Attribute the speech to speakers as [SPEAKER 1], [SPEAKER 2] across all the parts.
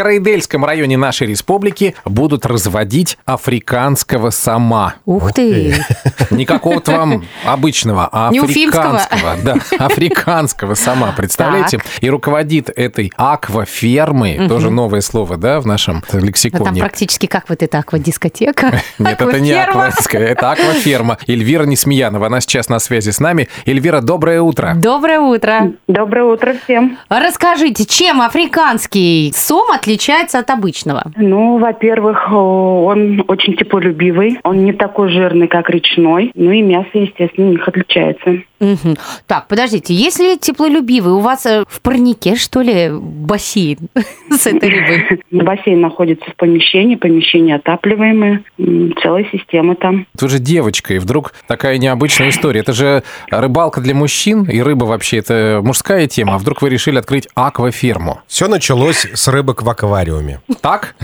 [SPEAKER 1] Крайдельском районе нашей республики будут разводить африканского сама.
[SPEAKER 2] Ух ты.
[SPEAKER 1] Не какого-то вам обычного, а
[SPEAKER 2] Не уфимского.
[SPEAKER 1] африканского. Да, африканского сама, представляете? И руководит этой аквафермой, тоже новое слово, да, в нашем
[SPEAKER 2] Ну, там
[SPEAKER 1] лексиконе.
[SPEAKER 2] практически как вот эта аквадискотека.
[SPEAKER 1] Нет, это не
[SPEAKER 2] Акваферма.
[SPEAKER 1] акваская, это акваферма. Эльвира Несмеянова, она сейчас на связи с нами. Эльвира, доброе утро.
[SPEAKER 2] Доброе утро.
[SPEAKER 3] Доброе утро всем.
[SPEAKER 2] Расскажите, чем африканский сом отличается от обычного?
[SPEAKER 3] Ну, во-первых, о, он очень теплолюбивый, он не такой жирный, как речной, ну и мясо, естественно, у них отличается.
[SPEAKER 2] Мгм. Так, подождите, если теплолюбивый, у вас э, в парнике, что ли, бассейн с этой рыбой?
[SPEAKER 3] Бассейн находится в помещении, помещение отапливаемое, м, целая система там.
[SPEAKER 1] Вы же девочка, и вдруг такая необычная история. Это же рыбалка для мужчин, и рыба вообще это мужская тема. А вдруг вы решили открыть акваферму?
[SPEAKER 4] Все началось с рыбок в аквариуме.
[SPEAKER 1] Так?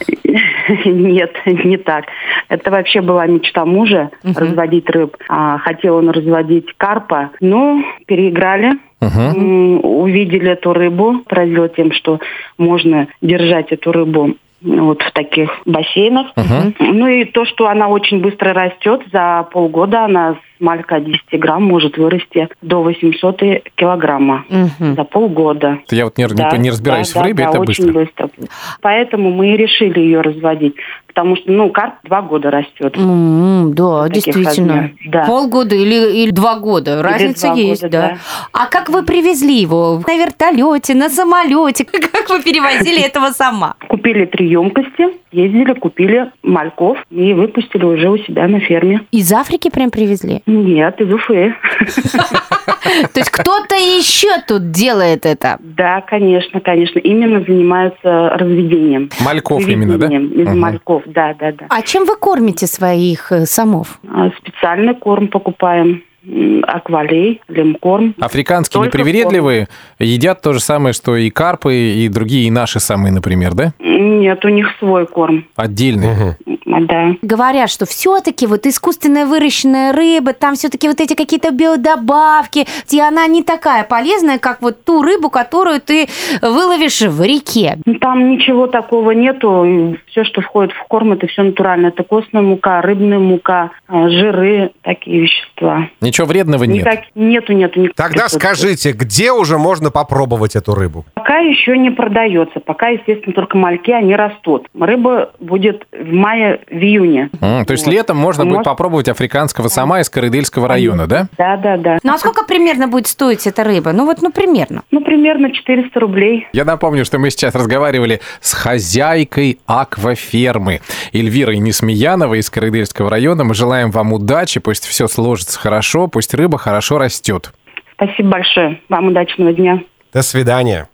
[SPEAKER 3] Нет, не так. Это вообще была мечта мужа
[SPEAKER 2] Мгм.
[SPEAKER 3] разводить рыб. А, хотел он разводить карпа, но переиграли.
[SPEAKER 1] Мгм.
[SPEAKER 3] М, увидели эту рыбу, поразило тем, что можно держать эту рыбу вот в таких бассейнах.
[SPEAKER 1] Мгм.
[SPEAKER 3] Ну и то, что она очень быстро растет, за полгода она с малька 10 грамм может вырасти до 800 килограмма.
[SPEAKER 2] Мгм.
[SPEAKER 3] За полгода.
[SPEAKER 1] Я вот не, не
[SPEAKER 3] Да,
[SPEAKER 1] по- не разбираюсь
[SPEAKER 3] да,
[SPEAKER 1] в рыбе,
[SPEAKER 3] да,
[SPEAKER 1] это
[SPEAKER 3] да,
[SPEAKER 1] быстро.
[SPEAKER 3] очень быстро. Поэтому мы и решили ее разводить. Потому что, ну, карп два года растет.
[SPEAKER 2] М, Да,
[SPEAKER 3] Таких
[SPEAKER 2] действительно.
[SPEAKER 3] размеров, да.
[SPEAKER 2] Полгода или, или два года. Разница
[SPEAKER 3] два
[SPEAKER 2] есть,
[SPEAKER 3] года,
[SPEAKER 2] да.
[SPEAKER 3] да.
[SPEAKER 2] А как вы привезли его? На вертолете, на самолете? Как вы перевозили этого сама?
[SPEAKER 3] Купили три емкости, ездили, купили мальков и выпустили уже у себя на ферме.
[SPEAKER 2] Из Африки прям привезли.
[SPEAKER 3] Нет, из Уфы.
[SPEAKER 2] То есть кто-то еще тут делает это.
[SPEAKER 3] Да, конечно, конечно. Именно занимаются разведением.
[SPEAKER 1] Мальков именно, да?
[SPEAKER 3] Выведением Из
[SPEAKER 1] Мгм.
[SPEAKER 3] мальков, да, да, да.
[SPEAKER 2] А чем вы кормите своих э, самов?
[SPEAKER 3] А, Специальный корм покупаем. м, Аквалей, лемкорм.
[SPEAKER 1] Африканские
[SPEAKER 3] Только
[SPEAKER 1] непривередливые едят то же самое, что и карпы, и другие, и наши самые, например, да?
[SPEAKER 3] Нет, у них свой корм.
[SPEAKER 1] Отдельные.
[SPEAKER 4] Мгм.
[SPEAKER 3] А, Да.
[SPEAKER 2] Говорят, что все-таки вот искусственно выращенная рыба, там все-таки вот эти какие-то биодобавки, и она не такая полезная, как вот ту рыбу, которую ты выловишь в реке.
[SPEAKER 3] Ну, Там ничего такого нету. Все, что входит в корм, это все натурально. Это костная мука, рыбная мука, а, жиры, такие вещества.
[SPEAKER 1] Ничего вредного нет.
[SPEAKER 3] Никак- нету, нету. никаких
[SPEAKER 4] Тогда
[SPEAKER 3] тут.
[SPEAKER 4] скажите, где уже можно попробовать эту рыбу?
[SPEAKER 3] Пока еще не продается. Пока, естественно, только мальки, они растут. Рыба будет в мае, в июне.
[SPEAKER 1] М, то есть
[SPEAKER 3] Вот.
[SPEAKER 1] летом можно будет
[SPEAKER 3] Может-
[SPEAKER 1] попробовать африканского сама из Карыдельского района, да?
[SPEAKER 3] Да, да, да.
[SPEAKER 2] Ну а сколько примерно будет стоить эта рыба? Ну вот, ну примерно.
[SPEAKER 3] Ну, примерно 400 рублей.
[SPEAKER 1] Я напомню, что мы сейчас разговаривали с хозяйкой аквафермы Эльвирой Несмеяновой из Карыдельского района. Мы желаем вам удачи, пусть все сложится хорошо, пусть рыба хорошо растет.
[SPEAKER 3] Спасибо большое. Вам удачного дня.
[SPEAKER 4] До свидания.